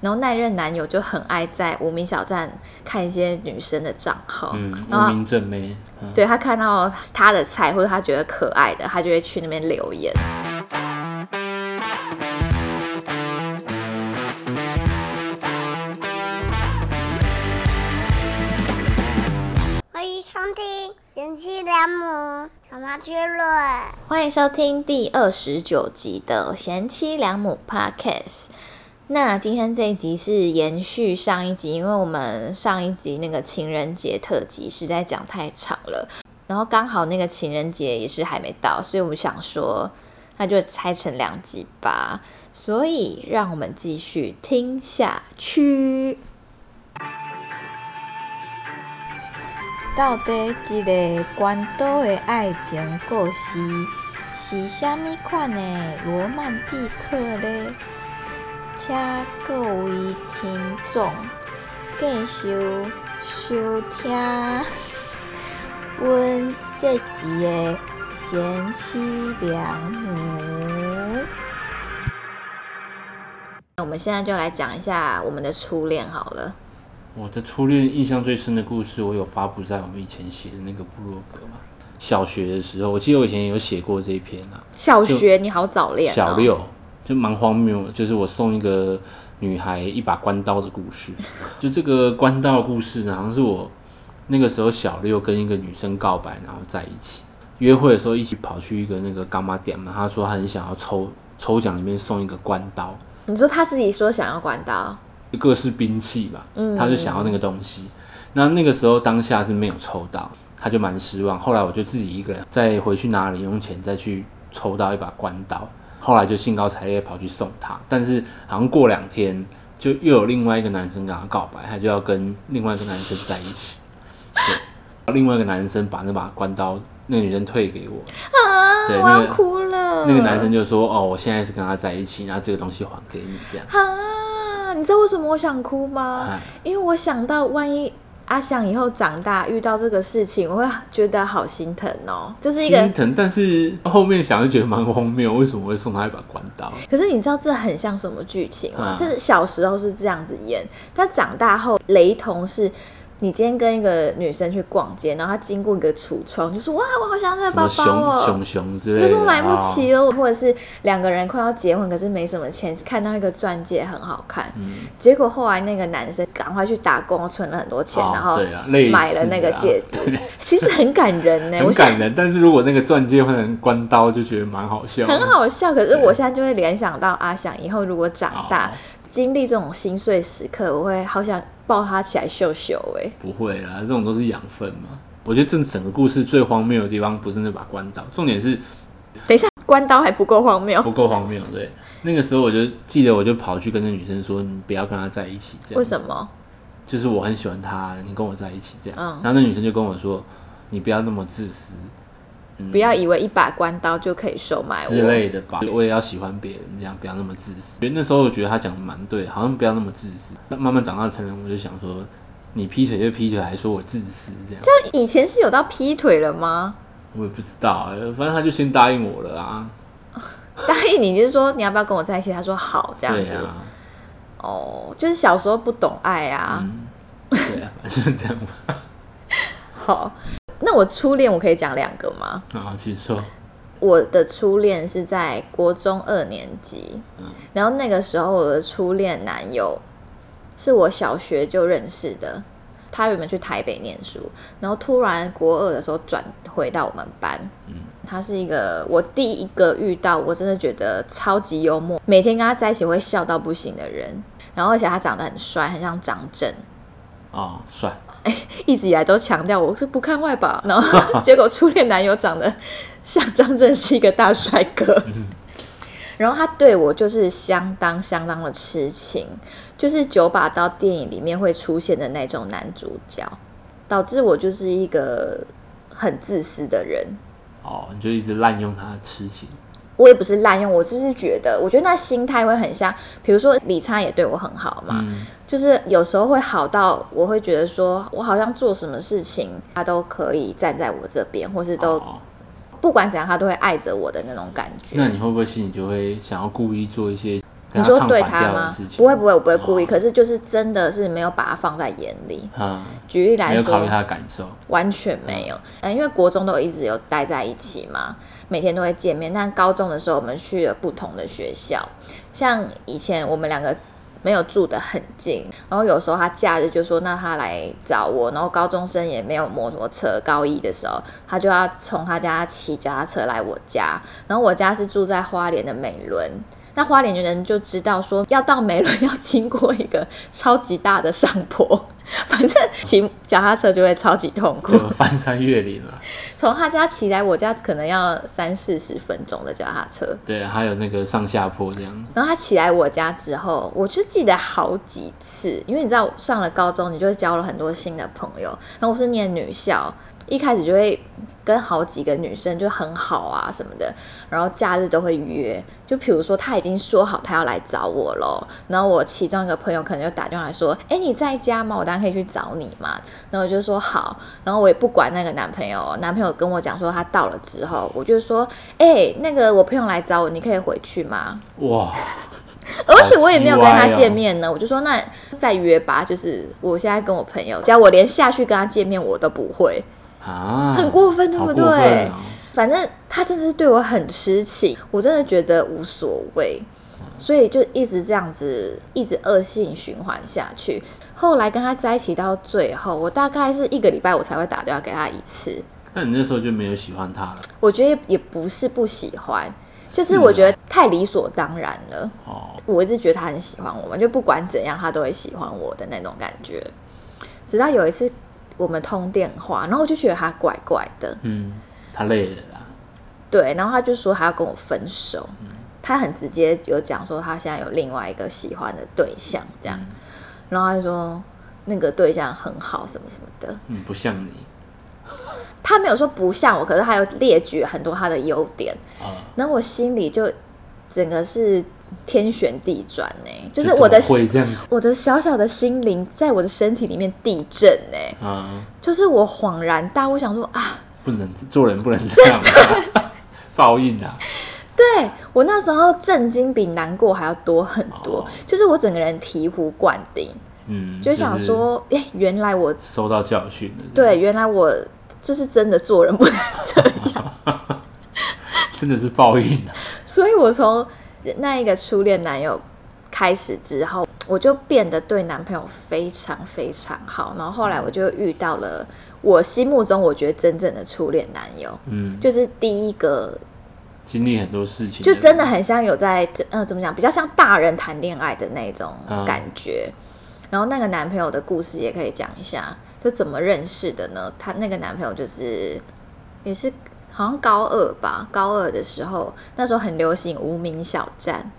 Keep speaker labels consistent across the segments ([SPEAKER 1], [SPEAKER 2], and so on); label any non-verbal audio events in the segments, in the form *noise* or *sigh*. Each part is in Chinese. [SPEAKER 1] 然后那任男友就很爱在无名小站看一些女生的账号，
[SPEAKER 2] 嗯，
[SPEAKER 1] 然后
[SPEAKER 2] 无名正妹，嗯，
[SPEAKER 1] 对他看到他的菜或者他觉得可爱的，他就会去那边留言。
[SPEAKER 3] 欢迎收听《贤妻良母小妈趣论》。
[SPEAKER 1] 欢迎收听第二十九集的贤妻良母 Podcast。那今天这一集是延续上一集，因为我们上一集那个情人节特辑实在讲太长了，然后刚好那个情人节也是还没到，所以我们想说那就拆成两集吧。所以让我们继续听下去。到底一个关岛的爱情故事是虾米款的罗曼蒂克呢？请各位听众继续收听阮这集的贤妻良母。我们现在就来讲一下我们的初恋好了。
[SPEAKER 2] 我的初恋印象最深的故事，我有发布在我们以前写的那个部落格嘛。小学的时候，我记得我以前有写过这一篇啊，
[SPEAKER 1] 小学你好早恋、哦，
[SPEAKER 2] 小六就蛮荒谬的，就是我送一个女孩一把关刀的故事。就这个关刀的故事呢，好像是我那个时候小六跟一个女生告白，然后在一起约会的时候一起跑去一个那个干妈店嘛，她说她很想要抽抽奖里面送一个关刀，
[SPEAKER 1] 你说他自己说想要管到，
[SPEAKER 2] 各式兵器吧
[SPEAKER 1] 嗯，
[SPEAKER 2] 他就想要那个东西。那那个时候当下是没有抽到，他就蛮失望。后来我就自己一个人再回去拿零用钱，再去抽到一把关刀。后来就兴高采烈地跑去送他，但是好像过两天就又有另外一个男生跟他告白，他就要跟另外一个男生在一起。对，另外一个男生把那把关刀，那个女生退给我，
[SPEAKER 1] 啊，
[SPEAKER 2] 对
[SPEAKER 1] 我
[SPEAKER 2] 那
[SPEAKER 1] 要
[SPEAKER 2] 个
[SPEAKER 1] 哭了。
[SPEAKER 2] 那个男生就说：“哦，我现在是跟他在一起，然后这个东西还给你。”这样，
[SPEAKER 1] 啊，你知道为什么我想哭吗
[SPEAKER 2] 哎？
[SPEAKER 1] 因为我想到万一阿翔以后长大遇到这个事情，我会觉得好心疼哦。就是一个
[SPEAKER 2] 心，疼，但是后面想就觉得蛮荒谬，为什么会送他一把关刀？
[SPEAKER 1] 可是你知道这很像什么剧情吗？
[SPEAKER 2] 啊
[SPEAKER 1] 这是小时候是这样子演，但长大后雷同是。你今天跟一个女生去逛街，然后她经过一个橱窗，就说：“哇，我好想要这
[SPEAKER 2] 什
[SPEAKER 1] 包
[SPEAKER 2] 么
[SPEAKER 1] 包哦！”
[SPEAKER 2] 熊熊熊之类
[SPEAKER 1] 可
[SPEAKER 2] 的，
[SPEAKER 1] 是我买不起
[SPEAKER 2] 哦。
[SPEAKER 1] 了，或者是两个人快要结婚，可是没什么钱，看到一个钻戒很好看，
[SPEAKER 2] 嗯，
[SPEAKER 1] 结果后来那个男生赶快去打工，存了很多钱，
[SPEAKER 2] 哦
[SPEAKER 1] 然后
[SPEAKER 2] 对啊类似
[SPEAKER 1] 买了那个
[SPEAKER 2] 啊
[SPEAKER 1] 戒指，其实很感人呢、我
[SPEAKER 2] 很
[SPEAKER 1] 现在
[SPEAKER 2] 感人。但是如果那个钻戒换成关刀，就觉得蛮好笑的。
[SPEAKER 1] 很好笑，可是
[SPEAKER 2] 哦对啊
[SPEAKER 1] 我现在就会联想到阿翔以后如果长大、
[SPEAKER 2] 哦
[SPEAKER 1] 经历这种心碎时刻，我会好想抱他起来秀秀哎、
[SPEAKER 2] 不会啊啦，这种都是养分嘛。我觉得这整个故事最荒谬的地方不是那把关刀，重点是
[SPEAKER 1] 等一下，关刀还不够荒谬
[SPEAKER 2] 不，够荒谬。对，那个时候我就记得，我就跑去跟那女生说：“你不要跟他在一起。”这样
[SPEAKER 1] 为
[SPEAKER 2] 子嗯
[SPEAKER 1] 什？么？
[SPEAKER 2] 就是我很喜欢他，你跟我在一起这样。
[SPEAKER 1] 嗯
[SPEAKER 2] 然后那女生就跟我说：“你不要那么自私。”嗯
[SPEAKER 1] 不要以为一把关刀就可以收买哎我
[SPEAKER 2] 之类的吧。我也要喜欢别人，这样不要那么自私。因为那时候我觉得他讲的蛮对，好像不要那么自私。那慢慢长大成人，我就想说，你劈腿就劈腿，还说我自私这样，
[SPEAKER 1] 那以前是有到劈腿了吗？
[SPEAKER 2] 我也不知道、欸。反正他就先答应我了啊，
[SPEAKER 1] *laughs* 答应你就是说你要不要跟我在一起？他说好这样
[SPEAKER 2] 对
[SPEAKER 1] 子。
[SPEAKER 2] 啊，
[SPEAKER 1] 哦，就是小时候不懂爱啊。
[SPEAKER 2] 嗯，对啊，反正就是这样吧。 *laughs*
[SPEAKER 1] 好，那我初恋我可以讲两个吗？
[SPEAKER 2] 啊，其实说，
[SPEAKER 1] 我的初恋是在国中二年级，
[SPEAKER 2] 嗯
[SPEAKER 1] 然后那个时候我的初恋男友是我小学就认识的，他原本去台北念书，然后突然国二的时候转回到我们班，
[SPEAKER 2] 嗯，
[SPEAKER 1] 他是一个我第一个遇到，我真的觉得超级幽默，每天跟他在一起会笑到不行的人。然后而且他长得很帅，很像张震，
[SPEAKER 2] 哦，帅，
[SPEAKER 1] 一直以来都强调我是不看外表，然后 *laughs* 结果初恋男友长得像张震是一个大帅哥。然后他对我就是相当相当的痴情，就是九把刀电影里面会出现的那种男主角，导致我就是一个很自私的人。
[SPEAKER 2] 哦，你就一直滥用他的痴情，
[SPEAKER 1] 我也不是滥用，我就是觉得，我觉得那心态会很像，比如说李灿也对我很好嘛，
[SPEAKER 2] 嗯，
[SPEAKER 1] 就是有时候会好到我会觉得说，我好像做什么事情他都可以站在我这边，或是都、
[SPEAKER 2] 哦
[SPEAKER 1] 不管怎样他都会爱着我的那种感觉。
[SPEAKER 2] 那你会不会心里就会想要故意做一些
[SPEAKER 1] 你
[SPEAKER 2] 跟他
[SPEAKER 1] 说
[SPEAKER 2] 唱
[SPEAKER 1] 对
[SPEAKER 2] 反
[SPEAKER 1] 他
[SPEAKER 2] 调的
[SPEAKER 1] 吗
[SPEAKER 2] 事？情。
[SPEAKER 1] 不会不会，我不会故意，
[SPEAKER 2] 哦
[SPEAKER 1] 可是就是真的是没有把他放在眼里。
[SPEAKER 2] 嗯，
[SPEAKER 1] 举例来
[SPEAKER 2] 没
[SPEAKER 1] 说，
[SPEAKER 2] 有考虑他的感
[SPEAKER 1] *laughs*
[SPEAKER 2] 受。
[SPEAKER 1] 完全没有，嗯，因为国中都一直有待在一起嘛，每天都会见面。但高中的时候，我们去了不同的学校，像以前我们两个没有住得很近，然后有时候他假日就说那他来找我，然后高中生也没有摩托车，高一的时候他就要从他家骑脚踏车来我家，然后我家是住在花莲的美伦。那花莲的人就知道说，要到美伦要经过一个超级大的上坡， *laughs* 反正骑脚踏车就会超级痛苦。
[SPEAKER 2] 就翻山越岭了。
[SPEAKER 1] 从他家骑来我家可能要三四十分钟的脚踏车，
[SPEAKER 2] 对，还有那个上下坡这样。
[SPEAKER 1] 然后他起来我家之后，我就记得好几次，因为你知道上了高中，你就会交了很多新的朋友。然后我是念女校，一开始就会跟好几个女生就很好啊什么的，然后假日都会约。就比如说他已经说好他要来找我喽，然后我其中一个朋友可能就打电话来说：“哎，你在家吗？我当然可以去找你嘛。”然后我就说好，然后我也不管那个男朋友，男朋友跟我讲说他到了之后，我就说：“哎，那个我朋友来找我，你可以回去吗？”
[SPEAKER 2] 哇，
[SPEAKER 1] 而且我也没有跟他见面呢，我就说那再约吧。就是我现在跟我朋友，只要我连下去跟他见面我都不会，
[SPEAKER 2] 啊，
[SPEAKER 1] 很过分，对
[SPEAKER 2] 好
[SPEAKER 1] 不
[SPEAKER 2] 过
[SPEAKER 1] 对？
[SPEAKER 2] 分哦
[SPEAKER 1] 反正他真的是对我很痴情，我真的觉得无所谓，所以就一直这样子，一直恶性循环下去。后来跟他在一起到最后，我大概是一个礼拜我才会打电话给他一次。
[SPEAKER 2] 但你那时候就没有喜欢他了
[SPEAKER 1] 我觉得也不是不喜欢，就是
[SPEAKER 2] 是
[SPEAKER 1] 我
[SPEAKER 2] 啊
[SPEAKER 1] 觉得太理所当然了。
[SPEAKER 2] 哦。
[SPEAKER 1] 我一直觉得他很喜欢我嘛，就不管怎样他都会喜欢我的那种感觉。直到有一次我们通电话，然后我就觉得他怪怪的，
[SPEAKER 2] 嗯，他累了啦。
[SPEAKER 1] 对，然后他就说他要跟我分手，
[SPEAKER 2] 嗯
[SPEAKER 1] 他很直接有讲说他现在有另外一个喜欢的对象这
[SPEAKER 2] 嗯
[SPEAKER 1] 样，然后他就说那个对象很好什么什么的，
[SPEAKER 2] 嗯，不像你
[SPEAKER 1] 他没有说不像我，可是他有列举很多他的优点，
[SPEAKER 2] 啊，
[SPEAKER 1] 然后我心里就整个是天旋地转呢、就是
[SPEAKER 2] 就
[SPEAKER 1] 我的
[SPEAKER 2] 怎么会这样子
[SPEAKER 1] 我的小小的心灵在我的身体里面地震呢、
[SPEAKER 2] 啊，
[SPEAKER 1] 就是我恍然大悟，想说啊，
[SPEAKER 2] 不能做人不能
[SPEAKER 1] *laughs*
[SPEAKER 2] 这样啊，报应啊！
[SPEAKER 1] 对我那时候震惊比难过还要多很多，
[SPEAKER 2] 哦
[SPEAKER 1] 就是我整个人醍醐灌顶，
[SPEAKER 2] 嗯，
[SPEAKER 1] 就想说，哎、原来我
[SPEAKER 2] 是收到教训了，
[SPEAKER 1] 对，原来我就是真的做人不能这样，
[SPEAKER 2] 真的是报应啊！
[SPEAKER 1] 所以我从那一个初恋男友开始之后，我就变得对男朋友非常非常好，然后后来我就遇到了我心目中我觉得真正的初恋男友。
[SPEAKER 2] 嗯，
[SPEAKER 1] 就是第一个，
[SPEAKER 2] 经历很多事情，
[SPEAKER 1] 就真的很像有在呃怎么讲，比较像大人谈恋爱的那种
[SPEAKER 2] 嗯
[SPEAKER 1] 感觉。然后那个男朋友的故事也可以讲一下，就怎么认识的呢？他那个男朋友就是也是好像高二吧，高二的时候，那时候很流行无名小站。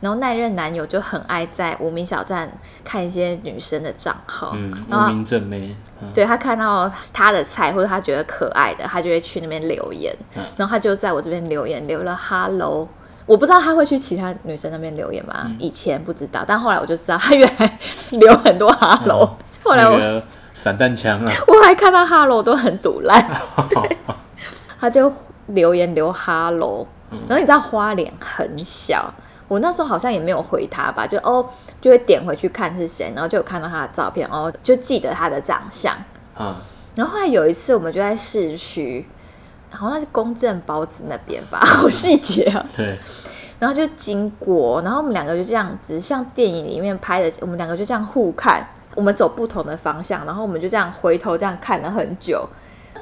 [SPEAKER 1] 然后那任男友就很爱在无名小站看一些女生的账号，
[SPEAKER 2] 嗯，
[SPEAKER 1] 然后
[SPEAKER 2] 无名正妹，嗯，
[SPEAKER 1] 对他看到他的菜或者他觉得可爱的，他就会去那边留言，
[SPEAKER 2] 嗯
[SPEAKER 1] 然后他就在我这边留言，留了 hello。我不知道他会去其他女生那边留言吧，
[SPEAKER 2] 嗯
[SPEAKER 1] 以前不知道，但后来我就知道他原来 *laughs* 留很多 hello、后来我、
[SPEAKER 2] 嗯那个散弹枪啊，
[SPEAKER 1] 我还看到 hello 都很堵烂， *laughs* 他就留言留 hello，然
[SPEAKER 2] 嗯
[SPEAKER 1] 后你知道花脸很小，我那时候好像也没有回他吧，就哦就会点回去看是谁，然后就有看到他的照片，哦就记得他的长相，
[SPEAKER 2] *laughs* 啊，
[SPEAKER 1] 然后后来有一次，我们就在市区，好像是公正包子那边吧， *laughs* 好细节啊。
[SPEAKER 2] 对，
[SPEAKER 1] 然后就经过，然后我们两个就这样子，像电影里面拍的，我们两个就这样互看，我们走不同的方向，然后我们就这样回头这样看了很久。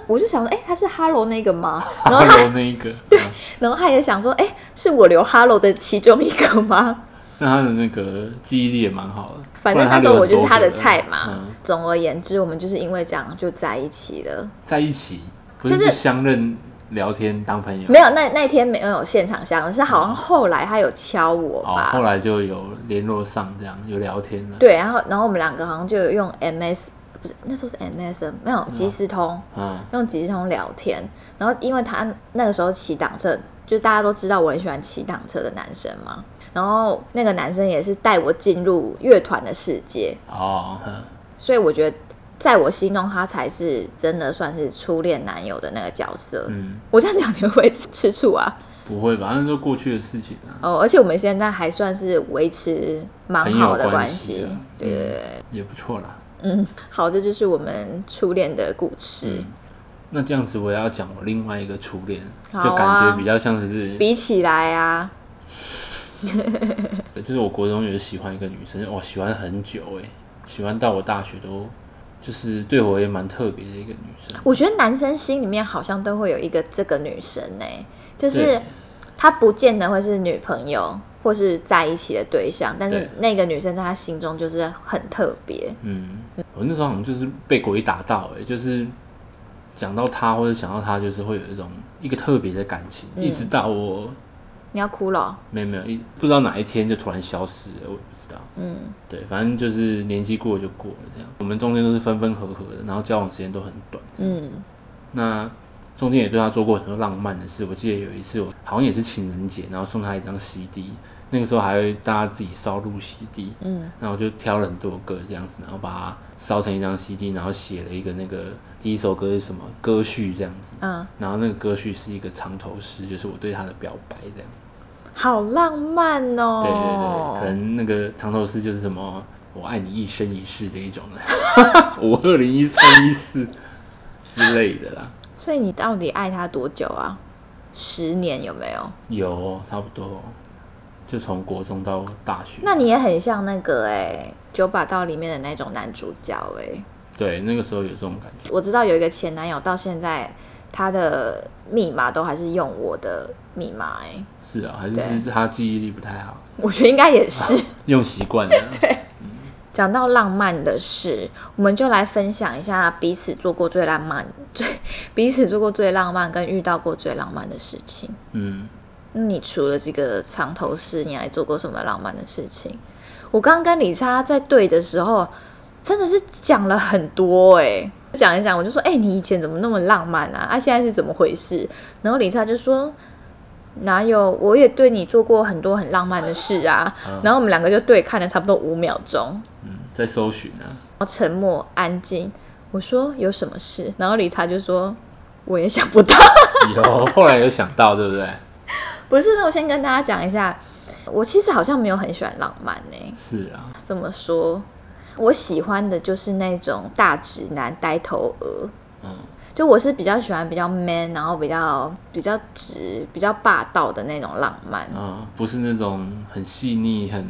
[SPEAKER 1] 我就想说，哎、他是哈喽那个
[SPEAKER 2] *laughs*
[SPEAKER 1] 吗？然后
[SPEAKER 2] 哈
[SPEAKER 1] 他，
[SPEAKER 2] 喽那一个，啊对，
[SPEAKER 1] 然后他也想说，哎、是我留哈喽的其中一个吗？
[SPEAKER 2] 那他的那个记忆力也蛮好的，
[SPEAKER 1] 反
[SPEAKER 2] 不
[SPEAKER 1] 正
[SPEAKER 2] 然
[SPEAKER 1] 那时候我就是他的
[SPEAKER 2] 留很多个
[SPEAKER 1] 菜嘛。
[SPEAKER 2] 嗯
[SPEAKER 1] 总而言之，我们就是因为这样就在一起了。
[SPEAKER 2] 在一起，不是
[SPEAKER 1] 就是
[SPEAKER 2] 就相认聊天当朋友，
[SPEAKER 1] 没有，那那天没有现场相，是好像后来他有敲我
[SPEAKER 2] 哦，
[SPEAKER 1] 吧，
[SPEAKER 2] 后来就有联络上，这样有聊天了。，
[SPEAKER 1] 对，然后然后我们两个好像就有用 MS，不是那时候是 MSN，没有即时通，
[SPEAKER 2] 嗯，
[SPEAKER 1] 用即时通聊天。然后因为他那个时候骑挡车，就大家都知道我很喜欢骑挡车的男生嘛，然后那个男生也是带我进入乐团的世界，
[SPEAKER 2] 哦，嗯
[SPEAKER 1] 所以我觉得在我心中他才是真的算是初恋男友的那个角色。
[SPEAKER 2] 嗯，
[SPEAKER 1] 我这样讲你会不会吃吃醋啊？
[SPEAKER 2] 不会吧？那都过去的事情啊，
[SPEAKER 1] 哦，而且我们现在还算是维持蛮
[SPEAKER 2] 很
[SPEAKER 1] 好
[SPEAKER 2] 有
[SPEAKER 1] 的
[SPEAKER 2] 关
[SPEAKER 1] 系
[SPEAKER 2] 啊，
[SPEAKER 1] 对对对，
[SPEAKER 2] 嗯也不错啦。
[SPEAKER 1] 嗯，好，这就是我们初恋的故事。
[SPEAKER 2] 嗯，那这样子我也要讲我另外一个初恋，
[SPEAKER 1] 好啊
[SPEAKER 2] 就感觉比较像是，
[SPEAKER 1] 比起来啊，
[SPEAKER 2] 就是我国中有喜欢一个女生，我喜欢很久哎、喜欢到我大学都，就是对我也蛮特别的一个女生。
[SPEAKER 1] 我觉得男生心里面好像都会有一个这个女生呢、就是
[SPEAKER 2] 对
[SPEAKER 1] 她不见得会是女朋友或是在一起的对象，但是
[SPEAKER 2] 对
[SPEAKER 1] 那个女生在他心中就是很特别。
[SPEAKER 2] 嗯，我那时候好像就是被鬼打到、欸，就是讲到他或者想到他，就是会有一种一个特别的感情，一直到我
[SPEAKER 1] 你要哭了哦、
[SPEAKER 2] 没有没有一不知道哪一天就突然消失了，我也不知道。
[SPEAKER 1] 嗯，
[SPEAKER 2] 对，反正就是年纪过了就过了这样，我们中间都是分分合合的，然后交往时间都很短。
[SPEAKER 1] 嗯，
[SPEAKER 2] 那中间也对他做过很多浪漫的事。我记得有一次，我好像也是情人节，然后送他一张 CD，那个时候还会大家自己烧录 CD，
[SPEAKER 1] 嗯，
[SPEAKER 2] 然后就挑了很多歌这样子，然后把它烧成一张 CD，然后写了一个那个第一首歌是什么歌序这样子，
[SPEAKER 1] 嗯，
[SPEAKER 2] 然后那个歌序是一个长头诗，就是我对他的表白这样。
[SPEAKER 1] 好浪漫哦。
[SPEAKER 2] 对对对，可能那个长头诗就是什么“我爱你一生一世”这一种的， *laughs* 五二零一三一四之类的啦，
[SPEAKER 1] 所以你到底爱他多久啊？十年有没有？
[SPEAKER 2] 有差不多，就从国中到大学。
[SPEAKER 1] 那你也很像那个哎、九把刀》里面的那种男主角哎、
[SPEAKER 2] 对那个时候有这种感觉，
[SPEAKER 1] 我知道有一个前男友到现在，他的密码都还是用我的密码哎、
[SPEAKER 2] 是啊，还是
[SPEAKER 1] 对
[SPEAKER 2] 是他记忆力不太好，
[SPEAKER 1] 我觉得应该也是。
[SPEAKER 2] 用习惯了。
[SPEAKER 1] *laughs* 讲到浪漫的事，我们就来分享一下彼此做过最浪漫、最 *laughs* 彼此做过最浪漫跟遇到过最浪漫的事情。
[SPEAKER 2] 嗯，
[SPEAKER 1] 那你除了这个长头诗，你还做过什么浪漫的事情？我刚刚跟李莎在对的时候，真的是讲了很多哎、讲一讲，我就说，哎、你以前怎么那么浪漫啊？啊，现在是怎么回事？然后李莎就说，哪有？我也对你做过很多很浪漫的事啊。
[SPEAKER 2] 嗯
[SPEAKER 1] 然后我们两个就对看了差不多五秒钟，
[SPEAKER 2] 嗯，在搜寻啊，
[SPEAKER 1] 然后沉默安静。我说有什么事？然后李莎就说，我也想不到。
[SPEAKER 2] 有后来有想到，对不对？
[SPEAKER 1] 不是，那我先跟大家讲一下，我其实好像没有很喜欢浪漫呢、
[SPEAKER 2] 是啊，
[SPEAKER 1] 怎么说？我喜欢的就是那种大直男呆头鹅，
[SPEAKER 2] 嗯，
[SPEAKER 1] 就我是比较喜欢比较 man，然后比较比较直、比较霸道的那种浪漫。
[SPEAKER 2] 嗯，不是那种很细腻、很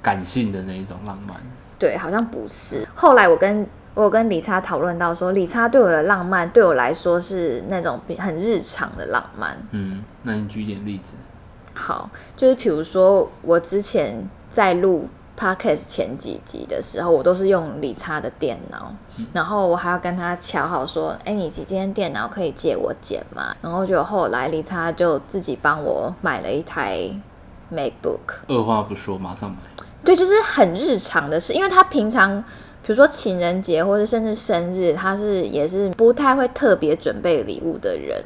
[SPEAKER 2] 感性的那一种浪漫。
[SPEAKER 1] 对，好像不是。后来我跟我跟李叉讨论到说，李叉对我的浪漫，对我来说是那种比很日常的浪漫。
[SPEAKER 2] 嗯，那你举一点例子。
[SPEAKER 1] 好，就是比如说我之前在录 podcast 前几集的时候，我都是用理查的电脑，然后我还要跟他瞧好说，哎、你今天电脑可以借我剪吗？然后就后来理查就自己帮我买了一台 MacBook，
[SPEAKER 2] 二话不说，马上买。
[SPEAKER 1] 对，就是很日常的事，因为他平常。比如说情人节，或者甚至生日，他是也是不太会特别准备礼物的人，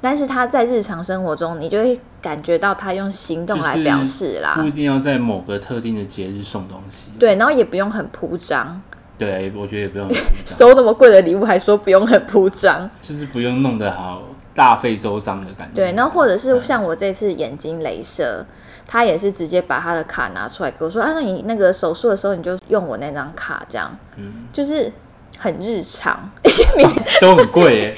[SPEAKER 1] 但是他在日常生活中，你就会感觉到他用行动来表示啦。
[SPEAKER 2] 不一定要在某个特定的节日送东西。
[SPEAKER 1] 啊
[SPEAKER 2] 啊
[SPEAKER 1] 对，然后也不用很铺张，
[SPEAKER 2] 对，我觉得也不用很复
[SPEAKER 1] *laughs*
[SPEAKER 2] 杂，
[SPEAKER 1] 收那么贵的礼物还说不用很铺张。
[SPEAKER 2] 就是不用弄得好大费周章的感觉。
[SPEAKER 1] 对，然后或者是像我这次眼睛镭射，他也是直接把他的卡拿出来给我说，啊，那你那个手术的时候你就用我那张卡，这样
[SPEAKER 2] 嗯，
[SPEAKER 1] 就是很日常，
[SPEAKER 2] *laughs* 都很贵耶。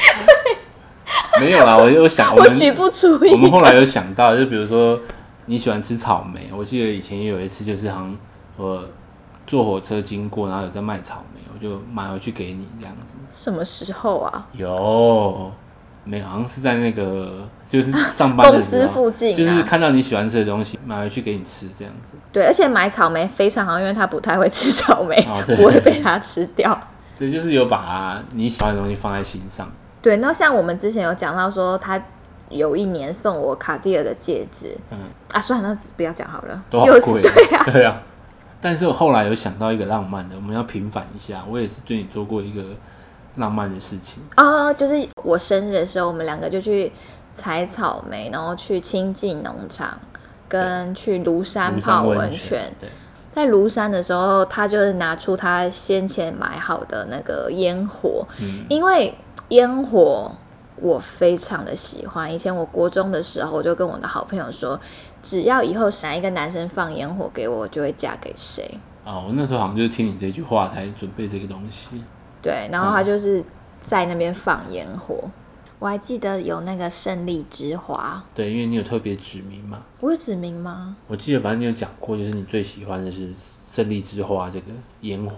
[SPEAKER 2] 没有啦，我有想，我
[SPEAKER 1] 我
[SPEAKER 2] 们
[SPEAKER 1] 举不出一
[SPEAKER 2] 我们后来有想到，就比如说你喜欢吃草莓，我记得以前也有一次，就是好像我坐火车经过，然后有在卖草莓，我就买回去给你这样子。
[SPEAKER 1] 什么时候啊？
[SPEAKER 2] 有，没有？好像是在那个就是上班的时候
[SPEAKER 1] 公司附近啊
[SPEAKER 2] 就是看到你喜欢吃的东西，买回去给你吃这样子。
[SPEAKER 1] 对，而且买草莓非常好，因为他不太会吃草莓， *laughs*
[SPEAKER 2] 哦对
[SPEAKER 1] 不会被他吃掉。
[SPEAKER 2] 对，就是有把你喜欢的东西放在心上。
[SPEAKER 1] 对，那像我们之前有讲到说，他有一年送我卡地尔的戒指，
[SPEAKER 2] 嗯
[SPEAKER 1] 啊，算了，那不要讲好了，
[SPEAKER 2] 都好
[SPEAKER 1] 又是
[SPEAKER 2] 贵、
[SPEAKER 1] 对啊，
[SPEAKER 2] *laughs* 对啊。但是我后来有想到一个浪漫的，我们要平反一下。我也是对你做过一个浪漫的事情，
[SPEAKER 1] 啊、就是我生日的时候，我们两个就去采草莓，然后去亲近农场，跟去庐山
[SPEAKER 2] 庐
[SPEAKER 1] 泡
[SPEAKER 2] 山
[SPEAKER 1] 温
[SPEAKER 2] 泉
[SPEAKER 1] 泉。。
[SPEAKER 2] 对，
[SPEAKER 1] 在庐山的时候，他就是拿出他先前买好的那个烟火，
[SPEAKER 2] 嗯，
[SPEAKER 1] 因为烟火，我非常的喜欢。以前我国中的时候，我就跟我的好朋友说，只要以后哪一个男生放烟火给我，我就会嫁给谁。
[SPEAKER 2] 啊，我那时候好像就是听你这句话才准备这个东西。
[SPEAKER 1] 对，然后
[SPEAKER 2] 嗯
[SPEAKER 1] 他就是在那边放烟火。我还记得有那个胜利之花，
[SPEAKER 2] 对，因为你有特别指明嘛，
[SPEAKER 1] 我有指明吗？
[SPEAKER 2] 我记得反正你有讲过，就是你最喜欢的是胜利之花这个烟火。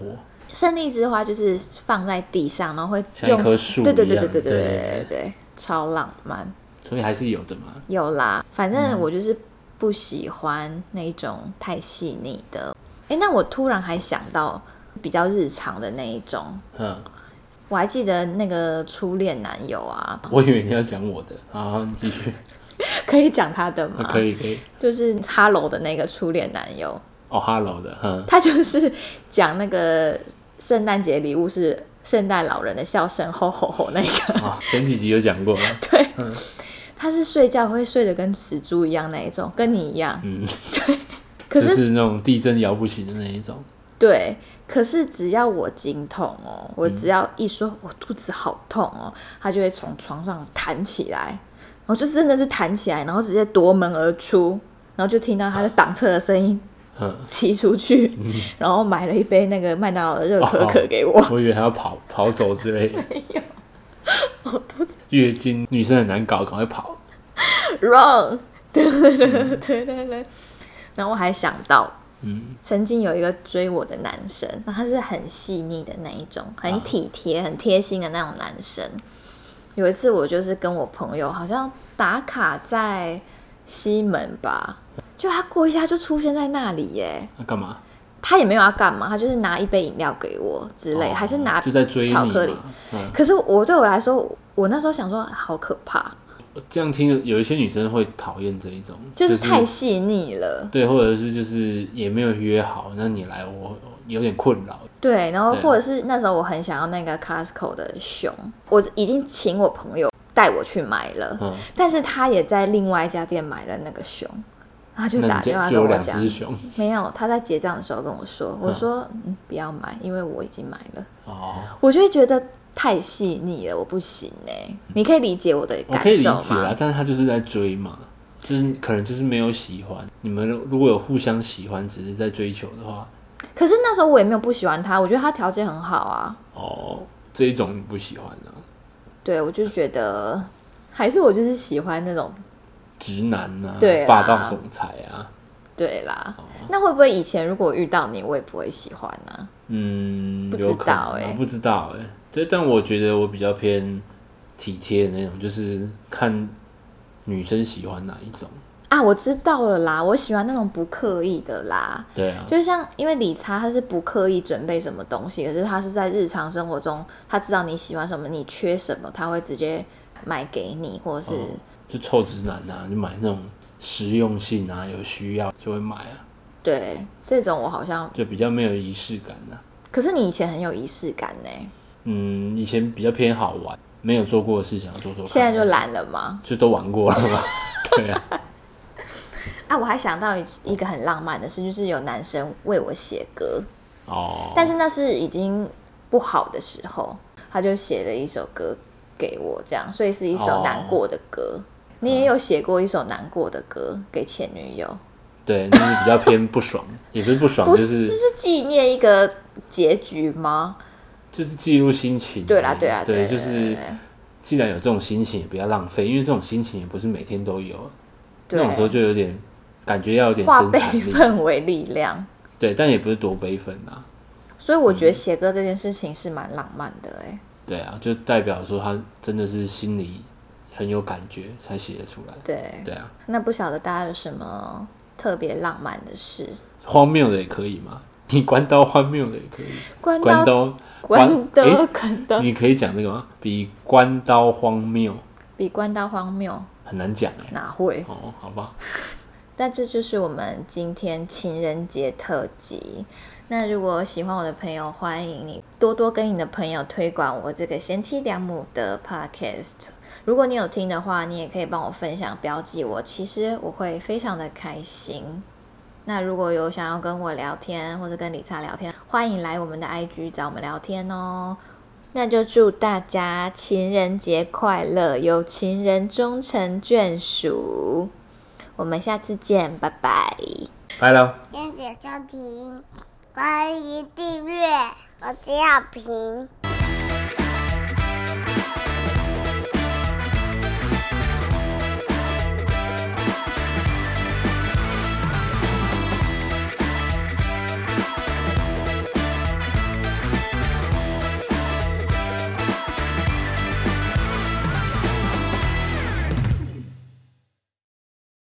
[SPEAKER 1] 胜利之花就是放在地上，然后会
[SPEAKER 2] 像一
[SPEAKER 1] 用
[SPEAKER 2] 棵树
[SPEAKER 1] 对对
[SPEAKER 2] 一
[SPEAKER 1] 对
[SPEAKER 2] 样
[SPEAKER 1] 对对对
[SPEAKER 2] 对
[SPEAKER 1] 对对对，超浪漫。
[SPEAKER 2] 所以还是有的嘛。
[SPEAKER 1] 有啦，反
[SPEAKER 2] 嗯
[SPEAKER 1] 正我就是不喜欢那种太细腻的。哎、那我突然还想到比较日常的那一种，
[SPEAKER 2] 嗯，
[SPEAKER 1] 我还记得那个初恋男友啊，
[SPEAKER 2] *laughs*
[SPEAKER 1] *laughs*
[SPEAKER 2] 我以为你要讲我的，好，你继续，哦
[SPEAKER 1] 可以讲他的吗？
[SPEAKER 2] 啊可，以可以。
[SPEAKER 1] 就是哈喽的那个初恋男友，
[SPEAKER 2] 哦，Hello 的，
[SPEAKER 1] *laughs*
[SPEAKER 2] 嗯，
[SPEAKER 1] 他就是讲那个圣诞节礼物是圣诞老人的笑声，吼吼吼那个。
[SPEAKER 2] *laughs* 啊，前几集有讲过，
[SPEAKER 1] 对，
[SPEAKER 2] 嗯
[SPEAKER 1] 他是睡觉会睡得跟死猪一样那一种，跟你一样。
[SPEAKER 2] 嗯，
[SPEAKER 1] *laughs* 可
[SPEAKER 2] 就是是那种地震摇不醒的那一种。
[SPEAKER 1] 对，可是只要我经痛哦，我只要一说我肚子好痛哦，他就会从床上弹起来，我就真的是弹起来，然后直接夺门而出，然后就听到他的挡车的声音。
[SPEAKER 2] 嗯，
[SPEAKER 1] 骑出去，然后买了一杯那个麦当劳的热可可给我。
[SPEAKER 2] 我以为还要跑跑走之类的。没有，月经女生很难搞，赶快跑。
[SPEAKER 1] Run，对对对对对对。然后我还想到，
[SPEAKER 2] 嗯，
[SPEAKER 1] 曾经有一个追我的男生，那他是很细腻的那一种，
[SPEAKER 2] 啊
[SPEAKER 1] 很体贴、很贴心的那种男生。有一次，我就是跟我朋友好像打卡在西门吧，就他过一下就出现在那里耶。
[SPEAKER 2] 那干嘛？
[SPEAKER 1] 他也没有要干嘛，他就是拿一杯饮料给我之类，
[SPEAKER 2] 哦
[SPEAKER 1] 还是拿
[SPEAKER 2] 就在追你
[SPEAKER 1] 巧克力
[SPEAKER 2] 嘛。嗯，
[SPEAKER 1] 可是我对我来说，我那时候想说好可怕，
[SPEAKER 2] 这样听有一些女生会讨厌这一种，
[SPEAKER 1] 就是太细腻了。
[SPEAKER 2] 对，或者是就是也没有约好，那你来我我有点困扰。
[SPEAKER 1] 对，然后
[SPEAKER 2] 对
[SPEAKER 1] 或者是那时候我很想要那个 Costco 的熊，我已经请我朋友带我去买了，
[SPEAKER 2] 嗯，
[SPEAKER 1] 但是他也在另外一家店买了那个熊，他就
[SPEAKER 2] 那
[SPEAKER 1] 打
[SPEAKER 2] 你就
[SPEAKER 1] 电话
[SPEAKER 2] 就
[SPEAKER 1] 跟
[SPEAKER 2] 有
[SPEAKER 1] 我
[SPEAKER 2] 两
[SPEAKER 1] 讲
[SPEAKER 2] 只，熊
[SPEAKER 1] 没有，他在结账的时候跟我说，我说嗯不要买，因为我已经买了，
[SPEAKER 2] 哦。
[SPEAKER 1] 我就会觉得太细腻了，我不行哎、你可以理解我的
[SPEAKER 2] 我
[SPEAKER 1] 感
[SPEAKER 2] 可以理
[SPEAKER 1] 受
[SPEAKER 2] 解啦
[SPEAKER 1] 吗，？
[SPEAKER 2] 但是他就是在追嘛，就是可能就是没有喜欢。你们如果有互相喜欢，只是在追求的话，
[SPEAKER 1] 可是那时候我也没有不喜欢他，我觉得他条件很好啊，
[SPEAKER 2] 哦，这一种你不喜欢啊，
[SPEAKER 1] 对我就觉得还是我就是喜欢那种
[SPEAKER 2] 直男啊，
[SPEAKER 1] 对啦
[SPEAKER 2] 霸道总裁啊，
[SPEAKER 1] 对啦，
[SPEAKER 2] 哦
[SPEAKER 1] 那会不会以前如果遇到你，我也不会喜欢啊呢、
[SPEAKER 2] 嗯，
[SPEAKER 1] 不
[SPEAKER 2] 有
[SPEAKER 1] 知
[SPEAKER 2] 可
[SPEAKER 1] 道
[SPEAKER 2] 能啊
[SPEAKER 1] 欸
[SPEAKER 2] 不知道哎、对，但我觉得我比较偏体贴的那种，就是看女生喜欢哪一种。
[SPEAKER 1] 啊？我知道了啦，我喜欢那种不刻意的啦。
[SPEAKER 2] 对啊，
[SPEAKER 1] 就像因为理查他是不刻意准备什么东西，可是他是在日常生活中，他知道你喜欢什么，你缺什么，他会直接买给你，或是、
[SPEAKER 2] 哦就臭直男啊，就买那种实用性啊，有需要就会买啊，
[SPEAKER 1] 对这种我好像。
[SPEAKER 2] 就比较没有仪式感啊。
[SPEAKER 1] 可是你以前很有仪式感呢、
[SPEAKER 2] 嗯，以前比较偏好玩，没有做过的事情要做做看。啊
[SPEAKER 1] 现在就，懒了吗？
[SPEAKER 2] 就都玩过了嘛。 *laughs* 对啊，
[SPEAKER 1] 啊，我还想到一一个很浪漫的事，就是有男生为我写歌，
[SPEAKER 2] 哦，
[SPEAKER 1] 但是那是已经不好的时候，他就写了一首歌给我，这样，所以是一首
[SPEAKER 2] 哦
[SPEAKER 1] 难过的歌。你也有写过一首难过的歌给前女友，
[SPEAKER 2] 对，就是比较偏不爽，也不是不爽，
[SPEAKER 1] 不
[SPEAKER 2] 哦就是是
[SPEAKER 1] 这是纪念一个结局吗？
[SPEAKER 2] 就是记录心情而已。
[SPEAKER 1] 对啦，对啦，
[SPEAKER 2] 嗯
[SPEAKER 1] 啊
[SPEAKER 2] 对，啊
[SPEAKER 1] 对，
[SPEAKER 2] 就是既然有这种心情，也不要浪费，因为这种心情也不是每天都有，啊那
[SPEAKER 1] 对啊
[SPEAKER 2] 种时候就有点感觉要有点
[SPEAKER 1] 化
[SPEAKER 2] 生
[SPEAKER 1] 悲
[SPEAKER 2] 产力。
[SPEAKER 1] 愤为力量。
[SPEAKER 2] 对，但也不是多悲愤啊。
[SPEAKER 1] 所以我觉得写歌这件事情是蛮浪漫的哎、
[SPEAKER 2] 对啊，就代表说他真的是心里很有感觉才写得出来。
[SPEAKER 1] 对，
[SPEAKER 2] 对啊，
[SPEAKER 1] 那不晓得大家有什么特别浪漫的事？
[SPEAKER 2] 荒谬的也可以嘛，你关刀荒谬的也可以。
[SPEAKER 1] 关刀，
[SPEAKER 2] 关刀，
[SPEAKER 1] 关
[SPEAKER 2] 关
[SPEAKER 1] 刀，
[SPEAKER 2] 诶
[SPEAKER 1] 关刀，
[SPEAKER 2] 你可以讲这个吗？比关刀荒谬
[SPEAKER 1] 比关刀荒谬，
[SPEAKER 2] 很难讲哎、
[SPEAKER 1] 哪会？
[SPEAKER 2] 哦，好吧，
[SPEAKER 1] 那这就是我们今天情人节特辑。那如果喜欢我的朋友，欢迎你多多跟你的朋友推广我这个贤妻良母的 podcast。如果你有听的话，你也可以帮我分享标记我，其实我会非常的开心。那如果有想要跟我聊天或者跟理查聊天，欢迎来我们的 IG 找我们聊天哦。那就祝大家情人节快乐，有情人终成眷属。我们下次见，拜拜。
[SPEAKER 2] 拜了。
[SPEAKER 3] 谢谢收听，欢迎订阅，我是小平。